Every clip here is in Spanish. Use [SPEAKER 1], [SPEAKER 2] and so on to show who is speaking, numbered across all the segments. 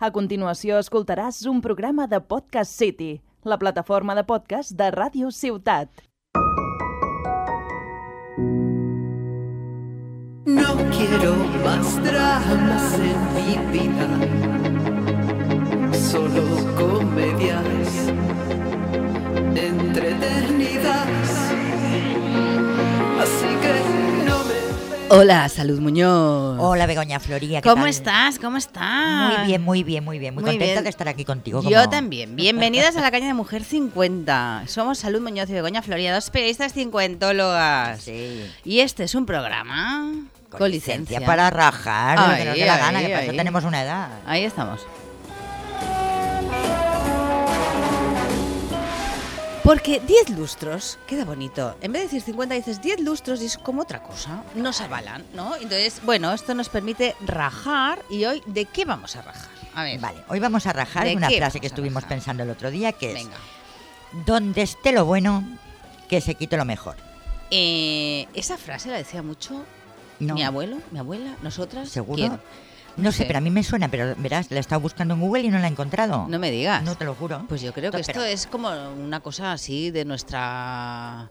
[SPEAKER 1] A continuació escoltaràs un programa de Podcast City, la plataforma de podcast de Ràdio Ciutat.
[SPEAKER 2] No quiero más dramas en mi vida, solo comedias, entretenidas. Así que no me.
[SPEAKER 3] Hola, Salud Muñoz.
[SPEAKER 4] Hola Begoña Floría, ¿qué
[SPEAKER 5] ¿Cómo
[SPEAKER 4] tal?
[SPEAKER 5] estás? ¿Cómo estás?
[SPEAKER 4] Muy bien, muy bien, muy bien. Muy,
[SPEAKER 5] Muy
[SPEAKER 4] contenta
[SPEAKER 5] bien.
[SPEAKER 4] de estar aquí contigo.
[SPEAKER 5] Yo
[SPEAKER 4] como-
[SPEAKER 5] también. Bienvenidas a la caña de Mujer 50. Somos Salud Muñoz y Begoña Floría, dos periodistas cincuentólogas.
[SPEAKER 4] Sí.
[SPEAKER 5] Y este es un programa con, licencia.
[SPEAKER 4] Para rajar,
[SPEAKER 5] Ahí,
[SPEAKER 4] que nos dé la gana,
[SPEAKER 5] ahí,
[SPEAKER 4] que para eso
[SPEAKER 5] ahí.
[SPEAKER 4] tenemos una edad.
[SPEAKER 5] Ahí estamos. Porque 10 lustros queda bonito. En vez de decir 50, dices 10 lustros y es como otra cosa. Nos avalan, ¿no? Entonces, bueno, esto nos permite rajar. ¿Y hoy de qué vamos a rajar? A ver.
[SPEAKER 4] Vale, hoy vamos a rajar
[SPEAKER 5] ¿De
[SPEAKER 4] una
[SPEAKER 5] qué
[SPEAKER 4] frase que
[SPEAKER 5] vamos a
[SPEAKER 4] estuvimos
[SPEAKER 5] rajar?
[SPEAKER 4] pensando el otro día, que es,
[SPEAKER 5] Venga.
[SPEAKER 4] donde esté lo bueno, que se quite lo mejor.
[SPEAKER 5] Eh, esa frase la decía mucho
[SPEAKER 4] No.
[SPEAKER 5] mi abuelo, mi abuela, nosotras.
[SPEAKER 4] ¿Seguro?
[SPEAKER 5] ¿quién?
[SPEAKER 4] No sé,
[SPEAKER 5] sé.
[SPEAKER 4] pero a mí me suena, pero verás, la he estado buscando en Google y no la he encontrado.
[SPEAKER 5] No me digas.
[SPEAKER 4] No te lo juro.
[SPEAKER 5] Pues yo creo
[SPEAKER 4] No,
[SPEAKER 5] que esto
[SPEAKER 4] pero-
[SPEAKER 5] es como una cosa así de nuestra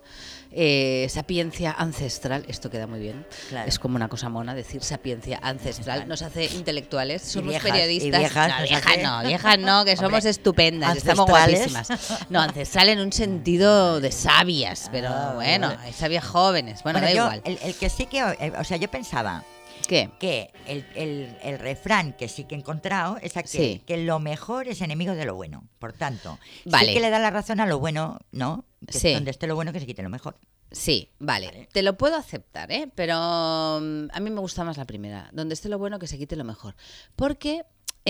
[SPEAKER 5] eh, sapiencia ancestral. Esto queda muy bien.
[SPEAKER 4] Claro.
[SPEAKER 5] Es como una cosa mona decir sapiencia ancestral. Nos hace intelectuales, somos
[SPEAKER 4] viejas, y
[SPEAKER 5] periodistas.
[SPEAKER 4] viejas
[SPEAKER 5] no,
[SPEAKER 4] nos
[SPEAKER 5] viejas
[SPEAKER 4] hace-
[SPEAKER 5] no, viejas no, que somos
[SPEAKER 4] Hombre,
[SPEAKER 5] estupendas, estamos
[SPEAKER 4] ancestrales.
[SPEAKER 5] guapísimas. No, ancestral en un sentido de sabias, pero
[SPEAKER 4] Ah,
[SPEAKER 5] bueno,
[SPEAKER 4] bueno.
[SPEAKER 5] hay sabias jóvenes. Bueno, da
[SPEAKER 4] yo,
[SPEAKER 5] igual.
[SPEAKER 4] El, el que sí que, eh, o sea, yo pensaba,
[SPEAKER 5] ¿Qué?
[SPEAKER 4] que el, el- el refrán que sí que he encontrado es aquel,
[SPEAKER 5] Sí.
[SPEAKER 4] que lo mejor es enemigo de lo bueno. Por tanto,
[SPEAKER 5] Vale.
[SPEAKER 4] sí que le da la razón a lo bueno, ¿no? Que
[SPEAKER 5] Sí.
[SPEAKER 4] donde esté lo bueno que se quite lo mejor.
[SPEAKER 5] Sí, vale. Te lo puedo aceptar, ¿eh? Pero mm, a mí me gusta más la primera. Donde esté lo bueno, que se quite lo mejor. Porque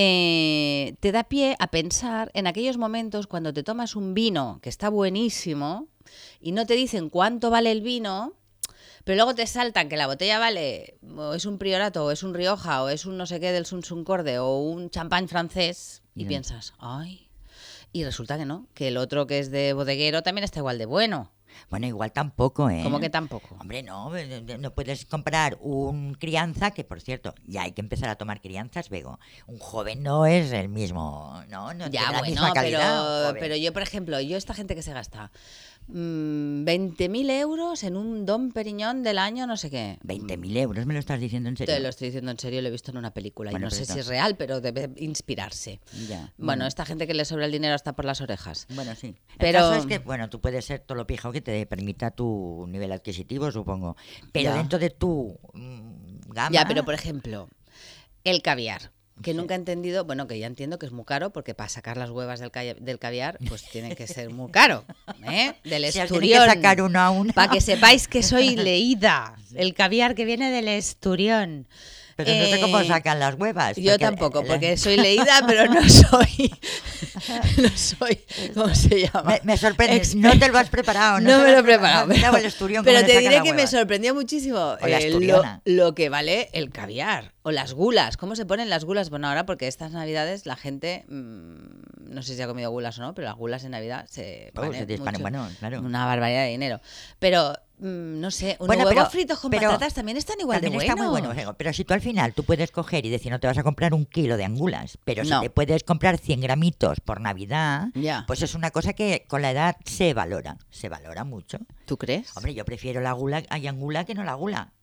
[SPEAKER 5] eh, te da pie a pensar en aquellos momentos cuando te tomas un vino que está buenísimo y no te dicen cuánto vale el vino. Pero luego te saltan que la botella vale, o es un priorato, o es un Rioja, o es un no sé qué del Sun Sun Corde, o un champán francés, y piensas, ay. Y resulta que no, que el otro que es de bodeguero también está igual de bueno.
[SPEAKER 4] Bueno, igual tampoco, ¿eh?
[SPEAKER 5] Como que tampoco.
[SPEAKER 4] Hombre, no, eh, no puedes comprar un crianza, que por cierto, ya hay que empezar a tomar crianzas, Vego. Un joven no es el mismo, ¿no? No tiene
[SPEAKER 5] Ya,
[SPEAKER 4] la
[SPEAKER 5] bueno,
[SPEAKER 4] misma calidad. un
[SPEAKER 5] pero,
[SPEAKER 4] joven.
[SPEAKER 5] pero yo, por ejemplo, yo esta gente que se gasta mm, 20.000 euros en un Don Periñón del año no sé qué.
[SPEAKER 4] 20.000 euros, me lo estás diciendo en serio.
[SPEAKER 5] Te lo estoy diciendo en serio, lo he visto en una película
[SPEAKER 4] Bueno,
[SPEAKER 5] y no
[SPEAKER 4] pero Mm,
[SPEAKER 5] sé
[SPEAKER 4] esto-
[SPEAKER 5] si es real, pero debe inspirarse.
[SPEAKER 4] Ya,
[SPEAKER 5] Bueno, esta gente que le sobra el dinero hasta por las orejas.
[SPEAKER 4] Bueno, sí.
[SPEAKER 5] Pero-
[SPEAKER 4] Pero... El caso es que, bueno, tú puedes ser todo lo pijo que te permita tu nivel adquisitivo, supongo. Pero
[SPEAKER 5] Ya.
[SPEAKER 4] dentro de tu mm, gama...
[SPEAKER 5] Ya, pero por ejemplo, el caviar. Que
[SPEAKER 4] Sí.
[SPEAKER 5] nunca he entendido, bueno, que ya entiendo que es muy caro, porque para sacar las huevas del, calla- del caviar, pues tiene que ser muy caro, ¿eh? Del
[SPEAKER 4] Si os tenéis que
[SPEAKER 5] esturión.
[SPEAKER 4] sacar uno a uno.
[SPEAKER 5] Para que sepáis que soy leída. El caviar que viene del esturión.
[SPEAKER 4] Pero no sé pues cómo
[SPEAKER 5] Eh,
[SPEAKER 4] sacan las huevas.
[SPEAKER 5] Yo
[SPEAKER 4] porque-
[SPEAKER 5] tampoco,
[SPEAKER 4] la-
[SPEAKER 5] porque soy leída, pero no soy. No soy. ¿Cómo se llama?
[SPEAKER 4] Me, me sorprende,
[SPEAKER 5] Ex-
[SPEAKER 4] no te lo has preparado.
[SPEAKER 5] No, me lo he preparado.
[SPEAKER 4] Pero,
[SPEAKER 5] Pero,
[SPEAKER 4] el esturión,
[SPEAKER 5] pero
[SPEAKER 4] cómo le
[SPEAKER 5] te diré
[SPEAKER 4] sacan
[SPEAKER 5] que
[SPEAKER 4] las
[SPEAKER 5] me
[SPEAKER 4] huevas.
[SPEAKER 5] sorprendió muchísimo
[SPEAKER 4] O la
[SPEAKER 5] eh, lo,
[SPEAKER 4] asturiana.
[SPEAKER 5] lo que vale el caviar o las gulas. ¿Cómo se ponen las gulas? Bueno, ahora porque estas navidades la gente, mm, no sé si ha comido gulas o no, pero las gulas en Navidad se,
[SPEAKER 4] Oh, se disparan,
[SPEAKER 5] mucho.
[SPEAKER 4] bueno, claro.
[SPEAKER 5] Una barbaridad de dinero. Pero, mm, no sé, unos
[SPEAKER 4] Bueno,
[SPEAKER 5] huevos
[SPEAKER 4] pero-
[SPEAKER 5] fritos con
[SPEAKER 4] pero
[SPEAKER 5] patatas también están igual
[SPEAKER 4] También
[SPEAKER 5] de
[SPEAKER 4] está
[SPEAKER 5] buenos.
[SPEAKER 4] muy bueno, Diego, pero si tú al final tú puedes coger y decir no te vas a comprar un kilo de angulas, pero si
[SPEAKER 5] No.
[SPEAKER 4] te puedes comprar 100 gramitos por Navidad,
[SPEAKER 5] Ya.
[SPEAKER 4] pues es una cosa que con la edad se valora, se valora mucho.
[SPEAKER 5] ¿Tú crees? Hombre,
[SPEAKER 4] Hombre, yo prefiero la gula, hay angula que no la gula.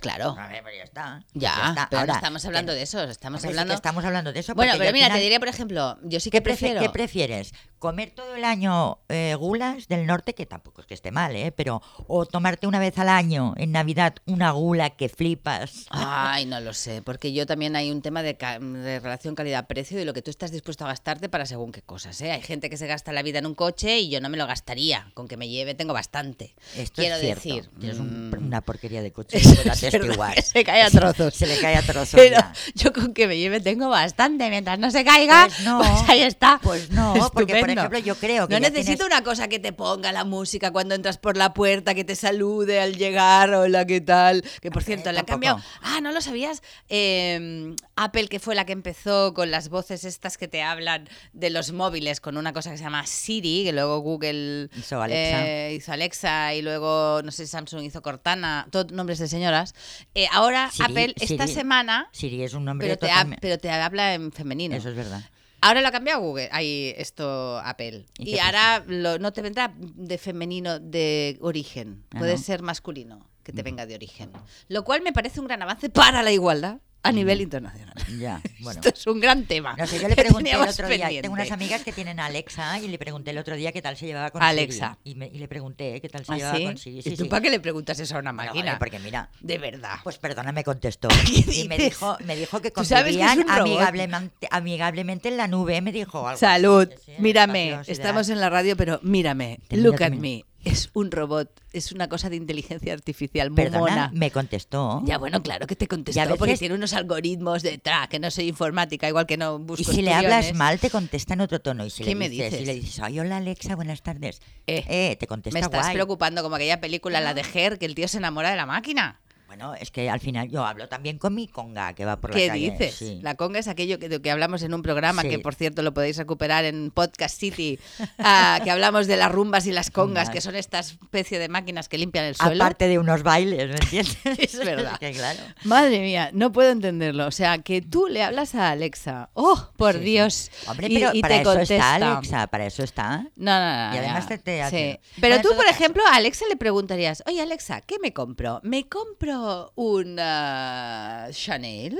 [SPEAKER 5] claro.
[SPEAKER 4] A ver, pero Ah, ya está.
[SPEAKER 5] Ya,
[SPEAKER 4] está.
[SPEAKER 5] pero
[SPEAKER 4] Ahora,
[SPEAKER 5] no estamos hablando
[SPEAKER 4] que-
[SPEAKER 5] de eso, estamos
[SPEAKER 4] hombre, sí que
[SPEAKER 5] hablando...
[SPEAKER 4] estamos hablando de eso.
[SPEAKER 5] Bueno,
[SPEAKER 4] porque yo
[SPEAKER 5] pero
[SPEAKER 4] al
[SPEAKER 5] mira,
[SPEAKER 4] final-
[SPEAKER 5] te diré, por ejemplo, yo sí
[SPEAKER 4] ¿qué,
[SPEAKER 5] que
[SPEAKER 4] prefi-
[SPEAKER 5] prefiero...
[SPEAKER 4] qué prefieres? ¿Comer todo el año eh, gulas del norte, que tampoco es que esté mal, ¿eh? Pero, o tomarte una vez al año, en Navidad, una gula que flipas.
[SPEAKER 5] Ay, no lo sé, porque yo también hay un tema de, ca- de relación calidad-precio y lo que tú estás dispuesto a gastarte para según qué cosas. ¿eh? Hay gente que se gasta la vida en un coche y yo no me lo gastaría. Con que me lleve tengo bastante.
[SPEAKER 4] Esto
[SPEAKER 5] Quiero
[SPEAKER 4] es cierto.
[SPEAKER 5] decir,
[SPEAKER 4] Tienes un-
[SPEAKER 5] mm,
[SPEAKER 4] una porquería de coche.
[SPEAKER 5] eso
[SPEAKER 4] que la
[SPEAKER 5] es
[SPEAKER 4] tienes que
[SPEAKER 5] verdad
[SPEAKER 4] jugar.
[SPEAKER 5] que se cae a trozos.
[SPEAKER 4] Se le cae a trozos.
[SPEAKER 5] pero
[SPEAKER 4] ya.
[SPEAKER 5] yo con que me lleve tengo bastante. Mientras no se caiga,
[SPEAKER 4] Pues no,
[SPEAKER 5] pues ahí está.
[SPEAKER 4] Pues no, porque por
[SPEAKER 5] pensando.
[SPEAKER 4] ejemplo, yo creo que
[SPEAKER 5] No
[SPEAKER 4] ya
[SPEAKER 5] necesito
[SPEAKER 4] tienes-
[SPEAKER 5] una cosa que te ponga la música cuando entras por la puerta, que te salude al llegar, hola, ¿qué tal? Que por cierto, le han
[SPEAKER 4] tampoco.
[SPEAKER 5] cambiado. Ah, ¿no lo sabías? Eh, Apple, que fue la que empezó con las voces estas que te hablan de los móviles, con una cosa que se llama Siri, que luego Google
[SPEAKER 4] Hizo Alexa.
[SPEAKER 5] eh, hizo Alexa y luego, no sé, Samsung hizo Cortana, todos nombres de señoras. Eh, ahora
[SPEAKER 4] Siri-
[SPEAKER 5] Apple, esta
[SPEAKER 4] Siri-
[SPEAKER 5] semana...
[SPEAKER 4] Siri es un nombre
[SPEAKER 5] Pero te, ha-
[SPEAKER 4] totalmente...
[SPEAKER 5] pero te habla en femenino.
[SPEAKER 4] Eso es verdad.
[SPEAKER 5] Ahora lo ha cambiado Google, ahí esto Apple.
[SPEAKER 4] ¿Y qué
[SPEAKER 5] Y, ahora lo- no te vendrá de femenino de origen,
[SPEAKER 4] Ah,
[SPEAKER 5] puede
[SPEAKER 4] ¿no?
[SPEAKER 5] ser masculino que te venga de origen. Lo cual me parece un gran avance para la igualdad a nivel internacional.
[SPEAKER 4] Ya, bueno.
[SPEAKER 5] Esto es un gran tema.
[SPEAKER 4] No sé, yo
[SPEAKER 5] que
[SPEAKER 4] le pregunté el
[SPEAKER 5] teníamos
[SPEAKER 4] otro día,
[SPEAKER 5] pendiente.
[SPEAKER 4] tengo unas amigas que tienen a Alexa y le pregunté el otro día qué tal se llevaba con
[SPEAKER 5] Alexa.
[SPEAKER 4] Siri. Y, me- y le pregunté ¿eh? qué tal se
[SPEAKER 5] ¿Ah,
[SPEAKER 4] llevaba
[SPEAKER 5] sí?
[SPEAKER 4] con Siri.
[SPEAKER 5] ¿Y tú para qué le preguntas eso a una
[SPEAKER 4] Bueno,
[SPEAKER 5] máquina?
[SPEAKER 4] vale, porque mira,
[SPEAKER 5] De verdad.
[SPEAKER 4] pues perdona, me contestó.
[SPEAKER 5] ¿Qué
[SPEAKER 4] Y me
[SPEAKER 5] dices?
[SPEAKER 4] dijo, me dijo que
[SPEAKER 5] Tú sabes que es
[SPEAKER 4] convivían
[SPEAKER 5] un robot.
[SPEAKER 4] amigablemente, amigablemente en la nube, me dijo algo así,
[SPEAKER 5] Salud,
[SPEAKER 4] sí, sí,
[SPEAKER 5] mírame.
[SPEAKER 4] espacios y
[SPEAKER 5] Estamos
[SPEAKER 4] demás.
[SPEAKER 5] en la radio, pero mírame.
[SPEAKER 4] Te miro,
[SPEAKER 5] Look
[SPEAKER 4] te
[SPEAKER 5] at
[SPEAKER 4] miro.
[SPEAKER 5] me. Es un robot, es una cosa de inteligencia artificial muy
[SPEAKER 4] Perdona,
[SPEAKER 5] mona.
[SPEAKER 4] me contestó.
[SPEAKER 5] Ya, bueno, claro que te contestó,
[SPEAKER 4] Y a veces-
[SPEAKER 5] porque tiene unos algoritmos de tra, que no soy informática, igual que no busco
[SPEAKER 4] y si le
[SPEAKER 5] espiones.
[SPEAKER 4] hablas mal, te contesta en otro tono. Y si
[SPEAKER 5] ¿Qué
[SPEAKER 4] le
[SPEAKER 5] me
[SPEAKER 4] dices,
[SPEAKER 5] dices?
[SPEAKER 4] Y le dices, ay, hola Alexa, buenas tardes.
[SPEAKER 5] Eh,
[SPEAKER 4] Eh, te contesta
[SPEAKER 5] Me estás
[SPEAKER 4] guay.
[SPEAKER 5] preocupando como aquella película, la de Her, que el tío se enamora de la máquina.
[SPEAKER 4] Bueno, es que al final yo hablo también con mi conga que va por
[SPEAKER 5] ¿Qué
[SPEAKER 4] la calle.
[SPEAKER 5] dices?
[SPEAKER 4] sí.
[SPEAKER 5] La conga es aquello que, de que hablamos en un programa,
[SPEAKER 4] Sí.
[SPEAKER 5] que por cierto lo podéis recuperar en Podcast City, ah, que hablamos de las rumbas y las congas,
[SPEAKER 4] Congas.
[SPEAKER 5] que son esta especie de máquinas que limpian el suelo.
[SPEAKER 4] Aparte de unos bailes, ¿me entiendes?
[SPEAKER 5] Es verdad.
[SPEAKER 4] que claro.
[SPEAKER 5] Madre mía, no puedo entenderlo. O sea, que tú le hablas a Alexa. ¡Oh, por
[SPEAKER 4] Sí, sí.
[SPEAKER 5] Dios!
[SPEAKER 4] Hombre,
[SPEAKER 5] Y-
[SPEAKER 4] pero
[SPEAKER 5] y
[SPEAKER 4] para
[SPEAKER 5] te
[SPEAKER 4] eso
[SPEAKER 5] contesta.
[SPEAKER 4] está Alexa, para eso está.
[SPEAKER 5] No, no, no.
[SPEAKER 4] Y además
[SPEAKER 5] ya.
[SPEAKER 4] te- te hace-
[SPEAKER 5] Sí. Pero
[SPEAKER 4] Bueno, en
[SPEAKER 5] tú,
[SPEAKER 4] todo
[SPEAKER 5] por
[SPEAKER 4] caso.
[SPEAKER 5] ejemplo, a Alexa le preguntarías, oye Alexa, ¿qué me compro? ¿Me compro un ah, Chanel?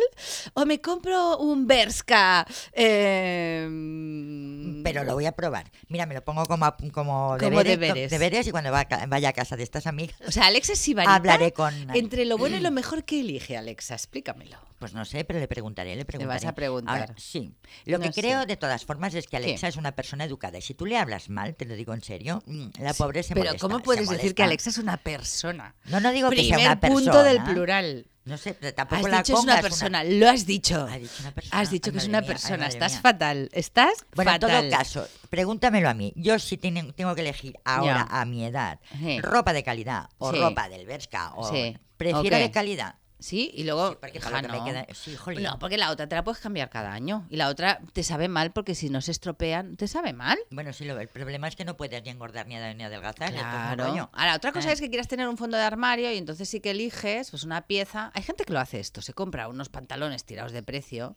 [SPEAKER 5] ¿O me compro un Berska? Eh,
[SPEAKER 4] Pero lo voy a probar. Mira, me lo pongo como, ap- como,
[SPEAKER 5] deberes.
[SPEAKER 4] co- deberes y cuando va a ca- vaya a casa de estas amigas,
[SPEAKER 5] O sea, Alexa es sibarita
[SPEAKER 4] Hablaré con-
[SPEAKER 5] Entre lo bueno y lo mejor que elige Alexa, explícamelo.
[SPEAKER 4] pues no sé, pero le preguntaré, le preguntaré.
[SPEAKER 5] vas a preguntar.
[SPEAKER 4] Ahora, sí. Lo
[SPEAKER 5] No
[SPEAKER 4] que
[SPEAKER 5] sé.
[SPEAKER 4] creo, de todas formas, es que Alexa es una persona educada. Y si tú le hablas mal, te lo digo en serio, mm, la pobre se
[SPEAKER 5] Pero
[SPEAKER 4] molesta.
[SPEAKER 5] ¿cómo
[SPEAKER 4] se
[SPEAKER 5] puedes decir que
[SPEAKER 4] molesta.
[SPEAKER 5] Alexa es una persona?
[SPEAKER 4] No, no digo que
[SPEAKER 5] Primer
[SPEAKER 4] sea una persona.
[SPEAKER 5] punto del plural.
[SPEAKER 4] No sé, pero
[SPEAKER 5] Has
[SPEAKER 4] tampoco la
[SPEAKER 5] dicho es
[SPEAKER 4] conga
[SPEAKER 5] una persona, lo has dicho.
[SPEAKER 4] Ha dicho una persona.
[SPEAKER 5] Has dicho
[SPEAKER 4] Ay,
[SPEAKER 5] que es
[SPEAKER 4] madre
[SPEAKER 5] una
[SPEAKER 4] mía, ay,
[SPEAKER 5] persona,
[SPEAKER 4] madre
[SPEAKER 5] estás
[SPEAKER 4] mía.
[SPEAKER 5] fatal, estás
[SPEAKER 4] Bueno,
[SPEAKER 5] fatal.
[SPEAKER 4] en todo caso, pregúntamelo a mí. Yo si tiene- tengo que elegir ahora
[SPEAKER 5] Ya.
[SPEAKER 4] a mi edad
[SPEAKER 5] Sí.
[SPEAKER 4] ropa de calidad o
[SPEAKER 5] Sí.
[SPEAKER 4] ropa del Berska o
[SPEAKER 5] Sí.
[SPEAKER 4] prefiero
[SPEAKER 5] Ok.
[SPEAKER 4] de calidad.
[SPEAKER 5] Sí, y luego.
[SPEAKER 4] Sí, porque
[SPEAKER 5] hija,
[SPEAKER 4] para lo que me
[SPEAKER 5] no.
[SPEAKER 4] queda- sí, jolín.
[SPEAKER 5] No, pues porque la otra te la puedes cambiar cada año. Y la otra te sabe mal porque si no se estropean, te sabe mal.
[SPEAKER 4] Bueno, sí, lo, el problema es que no puedes ni engordar ni, ad- ni adelgazar. y entonces no
[SPEAKER 5] Claro.
[SPEAKER 4] rollo.
[SPEAKER 5] Ahora, otra cosa
[SPEAKER 4] Ah.
[SPEAKER 5] es que quieras tener un fondo de armario y entonces sí que eliges pues una pieza. Hay gente que lo hace esto, se compra unos pantalones tirados de precio.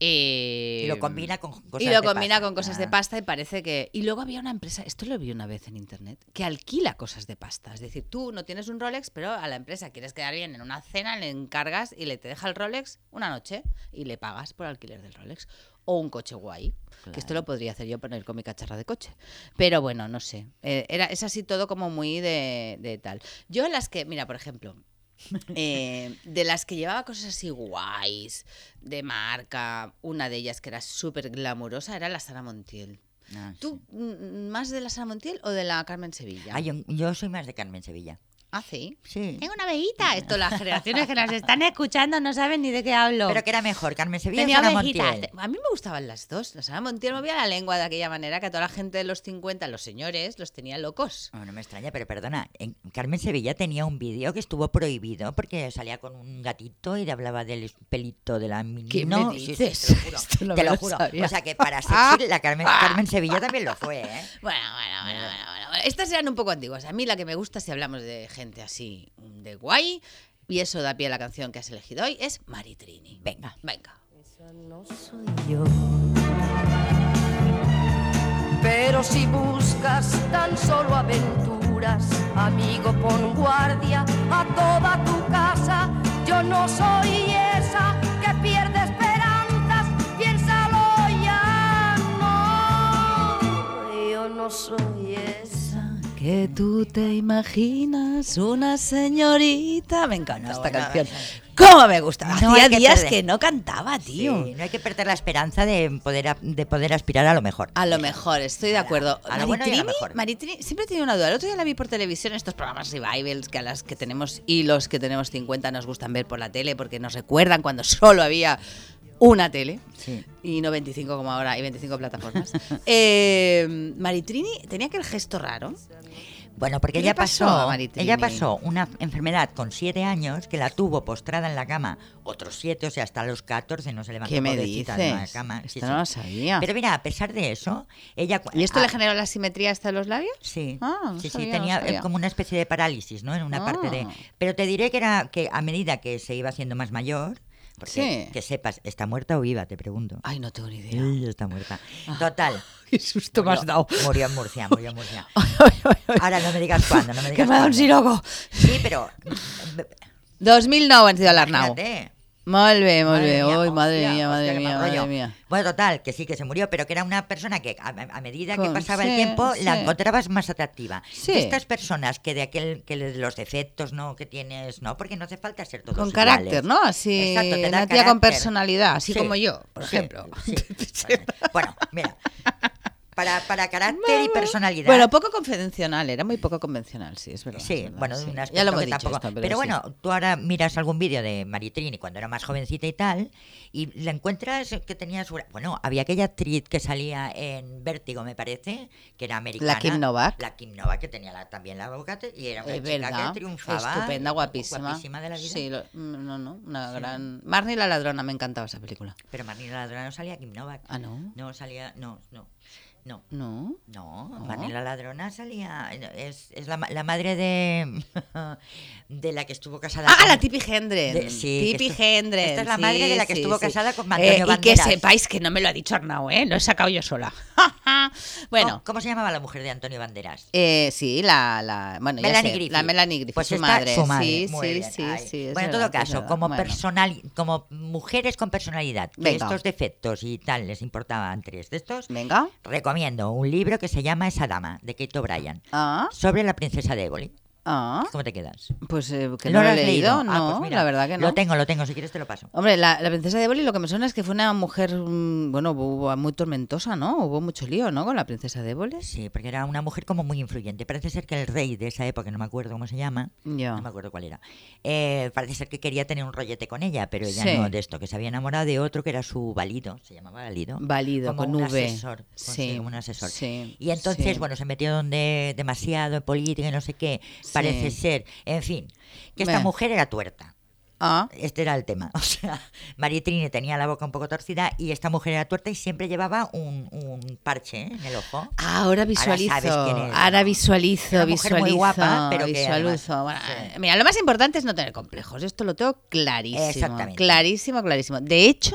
[SPEAKER 5] eh,
[SPEAKER 4] Y lo combina con cosas
[SPEAKER 5] y lo
[SPEAKER 4] de
[SPEAKER 5] combina
[SPEAKER 4] pasta.
[SPEAKER 5] con cosas de
[SPEAKER 4] Ah.
[SPEAKER 5] pasta y parece que... Y luego había una empresa, esto lo vi una vez en internet, que alquila cosas de pasta. Es decir, tú no tienes un Rolex, pero a la empresa quieres quedar bien en una cena, le encargas y le te deja el Rolex una noche y le pagas por alquiler del Rolex. O un coche guay, que esto lo podría hacer yo poner con mi cacharra de coche. Pero bueno, no sé. Eh, era, es así todo como muy de, de tal. Yo las que, mira, por ejemplo, eh, de las que llevaba cosas así guays, de marca, una de ellas que era súper glamurosa era la Sara Montiel.
[SPEAKER 4] Ah, sí.
[SPEAKER 5] ¿Tú mm, más de la Sara Montiel o de la Carmen Sevilla?
[SPEAKER 4] Ah, yo, yo soy más de Carmen Sevilla.
[SPEAKER 5] Ah, sí.
[SPEAKER 4] Sí.
[SPEAKER 5] Tengo una veíta. Esto, las generaciones que nos están escuchando no saben ni de qué hablo.
[SPEAKER 4] Pero que era mejor, Carmen Sevilla
[SPEAKER 5] Tenía
[SPEAKER 4] o Sara
[SPEAKER 5] ovejitas.
[SPEAKER 4] Montiel.
[SPEAKER 5] A mí me gustaban las dos. La Sara Montiel movía la lengua de aquella manera que a toda la gente de los 50, los señores, los tenía locos.
[SPEAKER 4] Oh, no me extraña, pero perdona, en- Carmen Sevilla tenía un vídeo que estuvo prohibido porque salía con un gatito y le hablaba del pelito de la menina.
[SPEAKER 5] ¿Qué me dices? Esto
[SPEAKER 4] te lo juro.
[SPEAKER 5] no
[SPEAKER 4] te
[SPEAKER 5] me
[SPEAKER 4] lo
[SPEAKER 5] lo
[SPEAKER 4] juro.
[SPEAKER 5] sabía. Ah.
[SPEAKER 4] O sea que para sexy, la Carmen, Carmen Sevilla también lo fue, ¿eh?
[SPEAKER 5] Bueno, bueno, bueno, bueno, bueno, bueno. Estas eran un poco antiguas. A mí la que me gusta, si hablamos de gente así de guay, y eso da pie a la canción que has elegido hoy, es Maritrini.
[SPEAKER 4] Venga.
[SPEAKER 5] Venga.
[SPEAKER 2] yo. Pero si buscas tan solo aventuras, amigo, pon guardia a toda tu casa. Yo no soy esa que pierde esperanzas, piénsalo ya, no. Yo no soy esa.
[SPEAKER 5] Que tú te imaginas una señorita. Me encanta
[SPEAKER 4] No,
[SPEAKER 5] esta
[SPEAKER 4] no,
[SPEAKER 5] canción.
[SPEAKER 4] no.
[SPEAKER 5] ¿Cómo me gusta?
[SPEAKER 4] No
[SPEAKER 5] Hacía
[SPEAKER 4] hay que
[SPEAKER 5] días
[SPEAKER 4] perder.
[SPEAKER 5] que no cantaba, tío.
[SPEAKER 4] Sí, no hay que perder la esperanza de poder, a- de poder aspirar a lo mejor.
[SPEAKER 5] A lo mejor, estoy de acuerdo.
[SPEAKER 4] a lo bueno y a lo
[SPEAKER 5] Maritrini-
[SPEAKER 4] mejor.
[SPEAKER 5] Maritrini- siempre he tenido una duda. El otro día la vi por televisión, estos programas revivals que a las que tenemos y los que tenemos 50 nos gustan ver por la tele porque nos recuerdan cuando solo había una tele.
[SPEAKER 4] Sí.
[SPEAKER 5] Y no 25 como ahora, hay 25 plataformas. Eh, Maritrini tenía aquel gesto raro.
[SPEAKER 4] Bueno, porque
[SPEAKER 5] ¿Qué le
[SPEAKER 4] ella
[SPEAKER 5] pasó
[SPEAKER 4] pasó,
[SPEAKER 5] a Maritrini?
[SPEAKER 4] ella pasó una enfermedad con siete años que la tuvo postrada en la cama otros siete, o sea, hasta los 14 no se levantó
[SPEAKER 5] ¿Qué me
[SPEAKER 4] pobrecita de la
[SPEAKER 5] dices?
[SPEAKER 4] cama.
[SPEAKER 5] Esto
[SPEAKER 4] Sí, sí.
[SPEAKER 5] no lo sabía.
[SPEAKER 4] Pero mira, a pesar de eso, ella... cu-
[SPEAKER 5] ¿Y esto
[SPEAKER 4] ah,
[SPEAKER 5] le generó la simetría hasta los labios?
[SPEAKER 4] Sí,
[SPEAKER 5] Ah, no
[SPEAKER 4] sí, sí,
[SPEAKER 5] sabía, no
[SPEAKER 4] tenía eh,
[SPEAKER 5] sabía.
[SPEAKER 4] como una especie de parálisis, ¿no? En una parte de...
[SPEAKER 5] Ah.
[SPEAKER 4] Pero te diré que era que a medida que se iba haciendo más mayor, porque
[SPEAKER 5] Sí.
[SPEAKER 4] que sepas, ¿está muerta o viva? Te pregunto.
[SPEAKER 5] Ay, no tengo ni idea.
[SPEAKER 4] Ella está muerta. Total.
[SPEAKER 5] Qué susto me has
[SPEAKER 4] murió-
[SPEAKER 5] dado.
[SPEAKER 4] Murió en Murcia, murió en Murcia. Ahora no me digas cuándo, no me digas
[SPEAKER 5] Que me ha dado un siroco.
[SPEAKER 4] cuándo. Sí, pero...
[SPEAKER 5] 2009 han sido l'Arnau.
[SPEAKER 4] Imagínate.
[SPEAKER 5] Molt bé, molt bé.
[SPEAKER 4] mía,
[SPEAKER 5] Ai, madre
[SPEAKER 4] hostia,
[SPEAKER 5] mía,
[SPEAKER 4] hostia,
[SPEAKER 5] madre
[SPEAKER 4] qué
[SPEAKER 5] mía,
[SPEAKER 4] mal
[SPEAKER 5] madre
[SPEAKER 4] rollo.
[SPEAKER 5] mía.
[SPEAKER 4] Bueno, total, que sí, que se murió, pero que era una persona que a, a medida que
[SPEAKER 5] Con-
[SPEAKER 4] pasaba
[SPEAKER 5] sí,
[SPEAKER 4] el tiempo la
[SPEAKER 5] sí.
[SPEAKER 4] encontrabas más atractiva.
[SPEAKER 5] Sí.
[SPEAKER 4] Estas personas que de aquel, que de los defectos, ¿no? Que tienes, ¿no? Porque no hace falta ser todos
[SPEAKER 5] Con
[SPEAKER 4] iguales.
[SPEAKER 5] carácter, ¿no? Así,
[SPEAKER 4] Exacto, te da
[SPEAKER 5] una tía con
[SPEAKER 4] carácter.
[SPEAKER 5] personalidad, así como yo, por
[SPEAKER 4] sí,
[SPEAKER 5] ejemplo.
[SPEAKER 4] sí. bueno, mira. Para, para carácter y personalidad.
[SPEAKER 5] Bueno, poco convencional, era muy poco convencional, sí, es verdad.
[SPEAKER 4] Sí,
[SPEAKER 5] es verdad,
[SPEAKER 4] bueno, de
[SPEAKER 5] sí.
[SPEAKER 4] un aspecto
[SPEAKER 5] Ya lo hemos
[SPEAKER 4] que
[SPEAKER 5] dicho
[SPEAKER 4] tampoco.
[SPEAKER 5] esto, sí.
[SPEAKER 4] pero bueno, tú ahora miras algún vídeo de Maritrini cuando era más jovencita y tal, y la encuentras que tenía su. Bueno, había aquella actriz que salía en Vértigo, me parece, que era americana.
[SPEAKER 5] La Kim Novak.
[SPEAKER 4] La Kim Novak, que tenía la- también la boca, y era una
[SPEAKER 5] Es
[SPEAKER 4] chica
[SPEAKER 5] verdad,
[SPEAKER 4] que triunfaba. eh,
[SPEAKER 5] estupenda, guapísima.
[SPEAKER 4] Guapísima de la vida.
[SPEAKER 5] Sí, lo- mm, no, no, una gran... Marnie la ladrona, me encantaba esa película.
[SPEAKER 4] Pero Marnie la Ladrona no salía Kim Novak.
[SPEAKER 5] Ah, ¿no?
[SPEAKER 4] No salía. No, no. No.
[SPEAKER 5] No.
[SPEAKER 4] No, Marnie la ladrona salía. Es, es la, ma- la madre de. de la que estuvo casada.
[SPEAKER 5] Ah,
[SPEAKER 4] con-
[SPEAKER 5] la Tipi Hendren.
[SPEAKER 4] De- sí, que
[SPEAKER 5] Tipi
[SPEAKER 4] esto-
[SPEAKER 5] Hendren.
[SPEAKER 4] esta es la
[SPEAKER 5] sí,
[SPEAKER 4] madre de la que
[SPEAKER 5] sí,
[SPEAKER 4] estuvo
[SPEAKER 5] sí.
[SPEAKER 4] casada con Antonio
[SPEAKER 5] Y que
[SPEAKER 4] Banderas.
[SPEAKER 5] sepáis que no me lo ha dicho Arnau, ¿eh? Lo he sacado yo sola. bueno,
[SPEAKER 4] Oh, ¿Cómo, cómo se llamaba la mujer de Antonio Banderas?
[SPEAKER 5] eh, sí, la, la, bueno, ya
[SPEAKER 4] Melanie
[SPEAKER 5] sé,
[SPEAKER 4] Griffith.
[SPEAKER 5] la Melanie Griffith,
[SPEAKER 4] Pues
[SPEAKER 5] su,
[SPEAKER 4] esta-
[SPEAKER 5] madre.
[SPEAKER 4] su madre.
[SPEAKER 5] Sí,
[SPEAKER 4] Muy
[SPEAKER 5] sí,
[SPEAKER 4] bien,
[SPEAKER 5] sí,
[SPEAKER 4] ahí.
[SPEAKER 5] sí. es
[SPEAKER 4] Bueno, en todo
[SPEAKER 5] verdad, es
[SPEAKER 4] caso,
[SPEAKER 5] verdad.
[SPEAKER 4] como
[SPEAKER 5] Bueno.
[SPEAKER 4] personal, como mujeres con personalidad, que
[SPEAKER 5] Venga.
[SPEAKER 4] estos defectos y tal les importaban tres de estos,
[SPEAKER 5] Venga.
[SPEAKER 4] recomiendo un libro que se llama Esa dama, de Kate O'Brien,
[SPEAKER 5] Ah,
[SPEAKER 4] sobre la princesa de Éboli.
[SPEAKER 5] ah.
[SPEAKER 4] ¿Cómo te quedas?
[SPEAKER 5] Pues eh, que
[SPEAKER 4] ¿No
[SPEAKER 5] no, lo he
[SPEAKER 4] lo has
[SPEAKER 5] leído,
[SPEAKER 4] leído?
[SPEAKER 5] no,
[SPEAKER 4] Ah, pues mira,
[SPEAKER 5] la verdad que no.
[SPEAKER 4] Lo tengo, lo tengo, si quieres te lo paso.
[SPEAKER 5] Hombre, la, la princesa de Boli lo que me suena es que fue una mujer, mm, bueno, hubo- muy tormentosa, ¿no? Hubo mucho lío, ¿no? Con la princesa de Boli.
[SPEAKER 4] Sí, porque era una mujer como muy influyente. Parece ser que el rey de esa época, no me acuerdo cómo se llama,
[SPEAKER 5] Ya.
[SPEAKER 4] no me acuerdo cuál era, eh, parece ser que quería tener un rollete con ella, pero ella
[SPEAKER 5] Sí.
[SPEAKER 4] no de esto, que se había enamorado de otro que era su valido, se llamaba valido.
[SPEAKER 5] Válido,
[SPEAKER 4] como
[SPEAKER 5] con
[SPEAKER 4] un
[SPEAKER 5] V.
[SPEAKER 4] Asesor, con- sí,
[SPEAKER 5] Sí,
[SPEAKER 4] como un asesor.
[SPEAKER 5] sí,
[SPEAKER 4] y entonces,
[SPEAKER 5] sí.
[SPEAKER 4] bueno, se metió donde demasiado en política y no sé qué, parece ser, en fin, que esta
[SPEAKER 5] Bueno.
[SPEAKER 4] mujer era tuerta.
[SPEAKER 5] Ah,
[SPEAKER 4] Este era el tema. O sea, Maritrini tenía la boca un poco torcida y esta mujer era tuerta y siempre llevaba un, un parche ¿eh? en el ojo.
[SPEAKER 5] ahora visualizo.
[SPEAKER 4] sabes quién es,
[SPEAKER 5] Ahora
[SPEAKER 4] ¿no?
[SPEAKER 5] visualizo,
[SPEAKER 4] Una mujer muy
[SPEAKER 5] visualizo.
[SPEAKER 4] guapa, pero que
[SPEAKER 5] visualizo.
[SPEAKER 4] además-
[SPEAKER 5] Bueno, eh,
[SPEAKER 4] sí.
[SPEAKER 5] Mira, lo más importante es no tener complejos. Esto lo tengo clarísimo.
[SPEAKER 4] Exactamente.
[SPEAKER 5] Clarísimo, clarísimo. De hecho.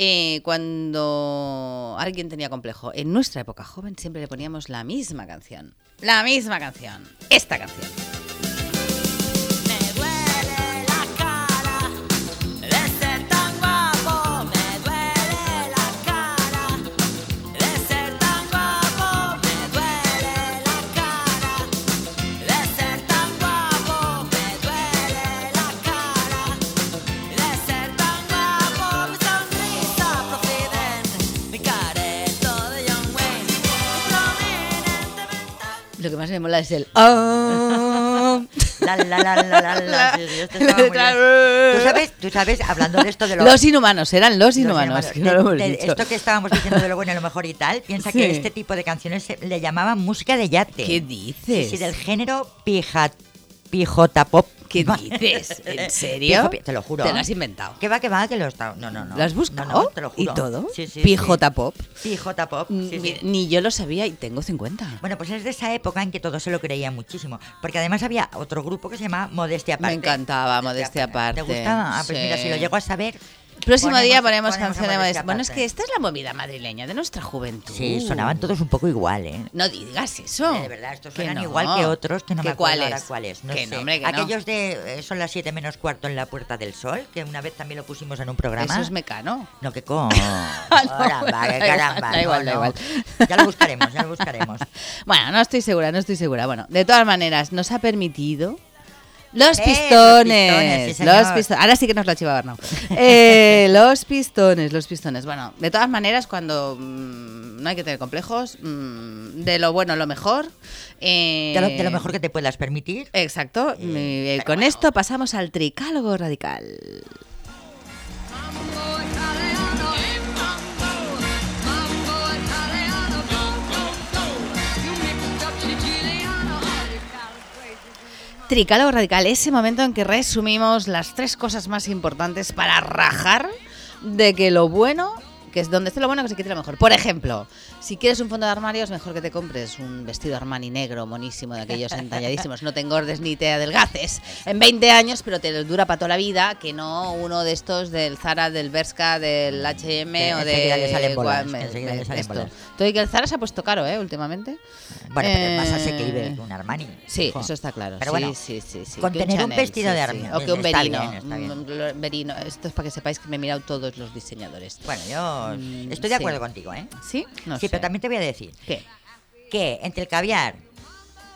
[SPEAKER 5] eh, cuando alguien tenía complejo, en nuestra época joven siempre le poníamos la misma canción. La misma canción. Esta canción.
[SPEAKER 6] Me duele la cara de ser tan guapo, me duele la cara de ser tan guapo, me duele la cara de ser tan guapo, me duele la cara de ser tan guapo, mi sonrisa profidente, mi careto de John Wayne, prominentemente.
[SPEAKER 5] Lo que más me mola es el. "Ah".
[SPEAKER 4] La, la, la, la, la, la. Sí, sí, esto estaba muy
[SPEAKER 5] La-
[SPEAKER 4] bien. Tú sabes, tú sabes, hablando de esto de lo-
[SPEAKER 5] Los inhumanos, eran los
[SPEAKER 4] los
[SPEAKER 5] inhumanos.
[SPEAKER 4] inhumanos,
[SPEAKER 5] que no lo hemos
[SPEAKER 4] de- de
[SPEAKER 5] dicho.
[SPEAKER 4] esto que estábamos diciendo de lo bueno y lo mejor y tal, piensa
[SPEAKER 5] Sí.
[SPEAKER 4] que este tipo de canciones se- le llamaban música de yate.
[SPEAKER 5] ¿Qué
[SPEAKER 4] Sí,
[SPEAKER 5] dices?
[SPEAKER 4] sí, del género pija, pijota pop.
[SPEAKER 5] ¿Qué dices? ¿En serio?
[SPEAKER 4] Pijo pi- te lo juro.
[SPEAKER 5] Te lo has inventado.
[SPEAKER 4] Que va, que va, que lo está. No, no, no.
[SPEAKER 5] ¿Lo has
[SPEAKER 4] No,
[SPEAKER 5] buscado?
[SPEAKER 4] no, te lo juro.
[SPEAKER 5] ¿Y todo?
[SPEAKER 4] Sí, sí, sí.
[SPEAKER 5] Pijota Pop.
[SPEAKER 4] Pijota pop. sí, sí.
[SPEAKER 5] Ni, ni yo lo sabía y tengo 50.
[SPEAKER 4] Bueno, pues es de esa época en que todo se lo creía muchísimo. Porque además había otro grupo que se llamaba Modestia Aparte.
[SPEAKER 5] Me encantaba, modestia aparte.
[SPEAKER 4] ¿Te gustaba? Ah, pues
[SPEAKER 5] Sí.
[SPEAKER 4] mira, si lo llego a saber.
[SPEAKER 5] Próximo día ponemos,
[SPEAKER 4] a
[SPEAKER 5] canciones
[SPEAKER 4] Modestia
[SPEAKER 5] modestia. Bueno, es
[SPEAKER 4] este Aparte.
[SPEAKER 5] que esta es la movida madrileña de nuestra juventud.
[SPEAKER 4] Sí,
[SPEAKER 5] uh.
[SPEAKER 4] sonaban todos un poco igual, ¿eh?
[SPEAKER 5] No digas eso.
[SPEAKER 4] Eh, De verdad, estos
[SPEAKER 5] Que
[SPEAKER 4] suenan
[SPEAKER 5] no.
[SPEAKER 4] igual que otros que no me acuerdo
[SPEAKER 5] cuál
[SPEAKER 4] ahora
[SPEAKER 5] es?
[SPEAKER 4] cuáles. No
[SPEAKER 5] que
[SPEAKER 4] sé.
[SPEAKER 5] no, hombre, que no.
[SPEAKER 4] Aquellos de eh, son las 7 menos cuarto en la Puerta del Sol, que una vez también lo pusimos en un programa.
[SPEAKER 5] Eso es mecano.
[SPEAKER 4] No, que con.
[SPEAKER 5] no,
[SPEAKER 4] Caramba,
[SPEAKER 5] da
[SPEAKER 4] que
[SPEAKER 5] igual,
[SPEAKER 4] caramba.
[SPEAKER 5] da igual,
[SPEAKER 4] no,
[SPEAKER 5] da
[SPEAKER 4] no.
[SPEAKER 5] igual.
[SPEAKER 4] Ya lo buscaremos, ya lo buscaremos.
[SPEAKER 5] Bueno, no estoy segura, no estoy segura. Bueno, de todas maneras, nos ha permitido. Los
[SPEAKER 4] Eh, los
[SPEAKER 5] pistones,
[SPEAKER 4] pistones, sí,
[SPEAKER 5] los
[SPEAKER 4] señor.
[SPEAKER 5] pisto- Ahora sí que nos la chiva Arnau. Eh, los pistones, los pistones. Bueno, de todas maneras, cuando mm, no hay que tener complejos, mm, de lo bueno, lo mejor. eh,
[SPEAKER 4] De lo, de lo mejor que te puedas permitir.
[SPEAKER 5] Exacto.
[SPEAKER 4] Eh,
[SPEAKER 5] Eh,
[SPEAKER 4] pero
[SPEAKER 5] con
[SPEAKER 4] bueno.
[SPEAKER 5] esto pasamos al tricálogo radical.
[SPEAKER 2] Mambo, échale
[SPEAKER 5] Tricálogo Radical, ese momento en que resumimos las tres cosas más importantes para rajar de que lo bueno, que es donde esté lo bueno, que se quite lo mejor. Por ejemplo, si quieres un fondo de armario, es mejor que te compres un vestido Armani negro, monísimo, de aquellos entalladísimos. No te engordes ni te adelgaces en 20 años, pero te dura para toda la vida, que no uno de estos del Zara, del Berska, del
[SPEAKER 4] Mm, Que
[SPEAKER 5] H&M o
[SPEAKER 4] enseguida
[SPEAKER 5] de...
[SPEAKER 4] le salen bolas,
[SPEAKER 5] Guam- eh,
[SPEAKER 4] que enseguida le salen
[SPEAKER 5] esto.
[SPEAKER 4] bolas.
[SPEAKER 5] Todo y que el Zara se ha puesto caro, ¿eh? Últimamente.
[SPEAKER 4] Bueno, pero es más
[SPEAKER 5] Eh,
[SPEAKER 4] asequible que un Armani.
[SPEAKER 5] Sí,
[SPEAKER 4] Ojo.
[SPEAKER 5] eso está claro.
[SPEAKER 4] Pero
[SPEAKER 5] sí,
[SPEAKER 4] bueno,
[SPEAKER 5] sí, sí, sí.
[SPEAKER 4] con
[SPEAKER 5] Que
[SPEAKER 4] tener un vestido de
[SPEAKER 5] sí, sí.
[SPEAKER 4] armio,
[SPEAKER 5] O que un
[SPEAKER 4] está
[SPEAKER 5] verino.
[SPEAKER 4] bien, está
[SPEAKER 5] un
[SPEAKER 4] bien.
[SPEAKER 5] lo- verino. Esto es para que sepáis que me he mirado todos los diseñadores.
[SPEAKER 4] Bueno, yo
[SPEAKER 5] Mm,
[SPEAKER 4] estoy de
[SPEAKER 5] sí.
[SPEAKER 4] acuerdo contigo, ¿eh?
[SPEAKER 5] ¿Sí? No
[SPEAKER 4] sí,
[SPEAKER 5] sé.
[SPEAKER 4] pero también te voy a decir
[SPEAKER 5] ¿Qué?
[SPEAKER 4] que entre el caviar,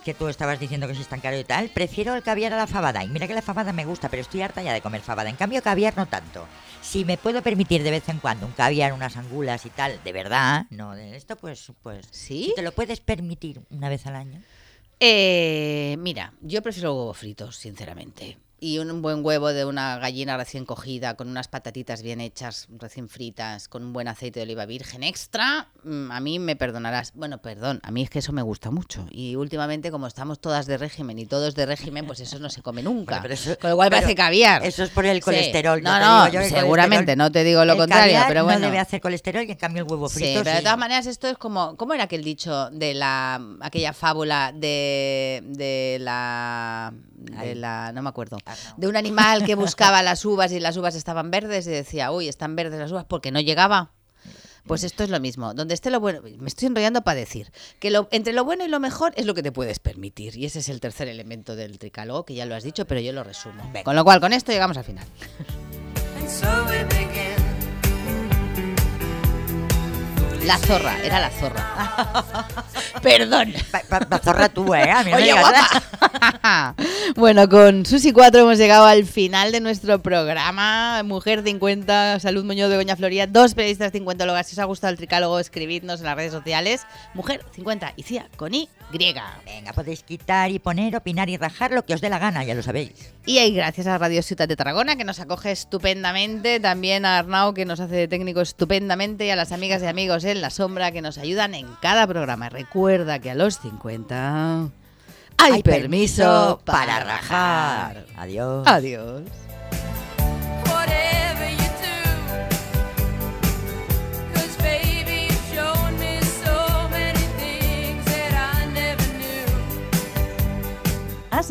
[SPEAKER 4] que tú estabas diciendo que es tan caro y tal, prefiero el caviar a la fabada. Y mira que la fabada me gusta, pero estoy harta ya de comer fabada. En cambio, caviar no tanto. Si me puedo permitir de vez en cuando un caviar, unas angulas y tal, de verdad, no de esto, pues, pues
[SPEAKER 5] ¿Sí?
[SPEAKER 4] si te lo puedes permitir una vez al año.
[SPEAKER 5] Eh, mira, yo prefiero huevo frito, sinceramente. Y un buen huevo de una gallina recién cogida, con unas patatitas bien hechas, recién fritas, con un buen aceite de oliva virgen extra, mm, a mí me perdonarás. Bueno, perdón, a mí es que eso me gusta mucho. Y últimamente, como estamos todas de régimen y todos de régimen, pues eso no se come nunca.
[SPEAKER 4] Bueno, pero eso-
[SPEAKER 5] con lo cual
[SPEAKER 4] pero
[SPEAKER 5] parece caviar.
[SPEAKER 4] Eso es por el
[SPEAKER 5] Sí.
[SPEAKER 4] colesterol.
[SPEAKER 5] No,
[SPEAKER 4] te
[SPEAKER 5] no,
[SPEAKER 4] digo yo que el
[SPEAKER 5] seguramente,
[SPEAKER 4] colesterol-
[SPEAKER 5] no te digo lo
[SPEAKER 4] el
[SPEAKER 5] contrario,
[SPEAKER 4] caviar
[SPEAKER 5] pero bueno.
[SPEAKER 4] No debe hacer colesterol y en cambio el huevo
[SPEAKER 5] Sí,
[SPEAKER 4] frito.
[SPEAKER 5] pero de
[SPEAKER 4] sí.
[SPEAKER 5] todas maneras esto es como, ¿cómo era aquel dicho de la aquella fábula de, de la de
[SPEAKER 4] Ay.
[SPEAKER 5] la no me acuerdo
[SPEAKER 4] Ah, no.
[SPEAKER 5] de un animal que buscaba las uvas y las uvas estaban verdes y decía, uy, están verdes las uvas porque no llegaba. Pues esto es lo mismo. Donde esté lo bueno, me estoy enrollando para decir que lo, entre lo bueno y lo mejor es lo que te puedes permitir. Y ese es el tercer elemento del tricálogo, que ya lo has dicho, pero yo lo resumo.
[SPEAKER 4] Venga.
[SPEAKER 5] Con lo cual, con esto llegamos al final.
[SPEAKER 6] And so we begin.
[SPEAKER 5] La zorra, era la zorra. Perdón.
[SPEAKER 4] Pa- pa- pa- zorra tú, ¿eh? A mí no me
[SPEAKER 5] Oye,
[SPEAKER 4] digas nada.
[SPEAKER 5] guapa. bueno, con Susi 4 hemos llegado al final de nuestro programa. Mujer 50, Salud Muñoz de Goña Floría, dos periodistas 50 logas. Si os ha gustado el tricálogo, escribidnos en las redes sociales. Mujer 50 y CIA con Y.
[SPEAKER 4] Venga, podéis quitar y poner, opinar y rajar lo que os dé la gana, ya lo sabéis.
[SPEAKER 5] Y ahí gracias a Radio Ciudad de Tarragona que nos acoge estupendamente, también a Arnau que nos hace de técnico estupendamente y a las amigas y amigos en la sombra que nos ayudan en cada programa. Recuerda que a los 50 hay, permiso para rajar.
[SPEAKER 4] Adiós.
[SPEAKER 5] Adiós.
[SPEAKER 6] Whatever you do, 'cause baby you've shown me so many things that I never knew.
[SPEAKER 1] Has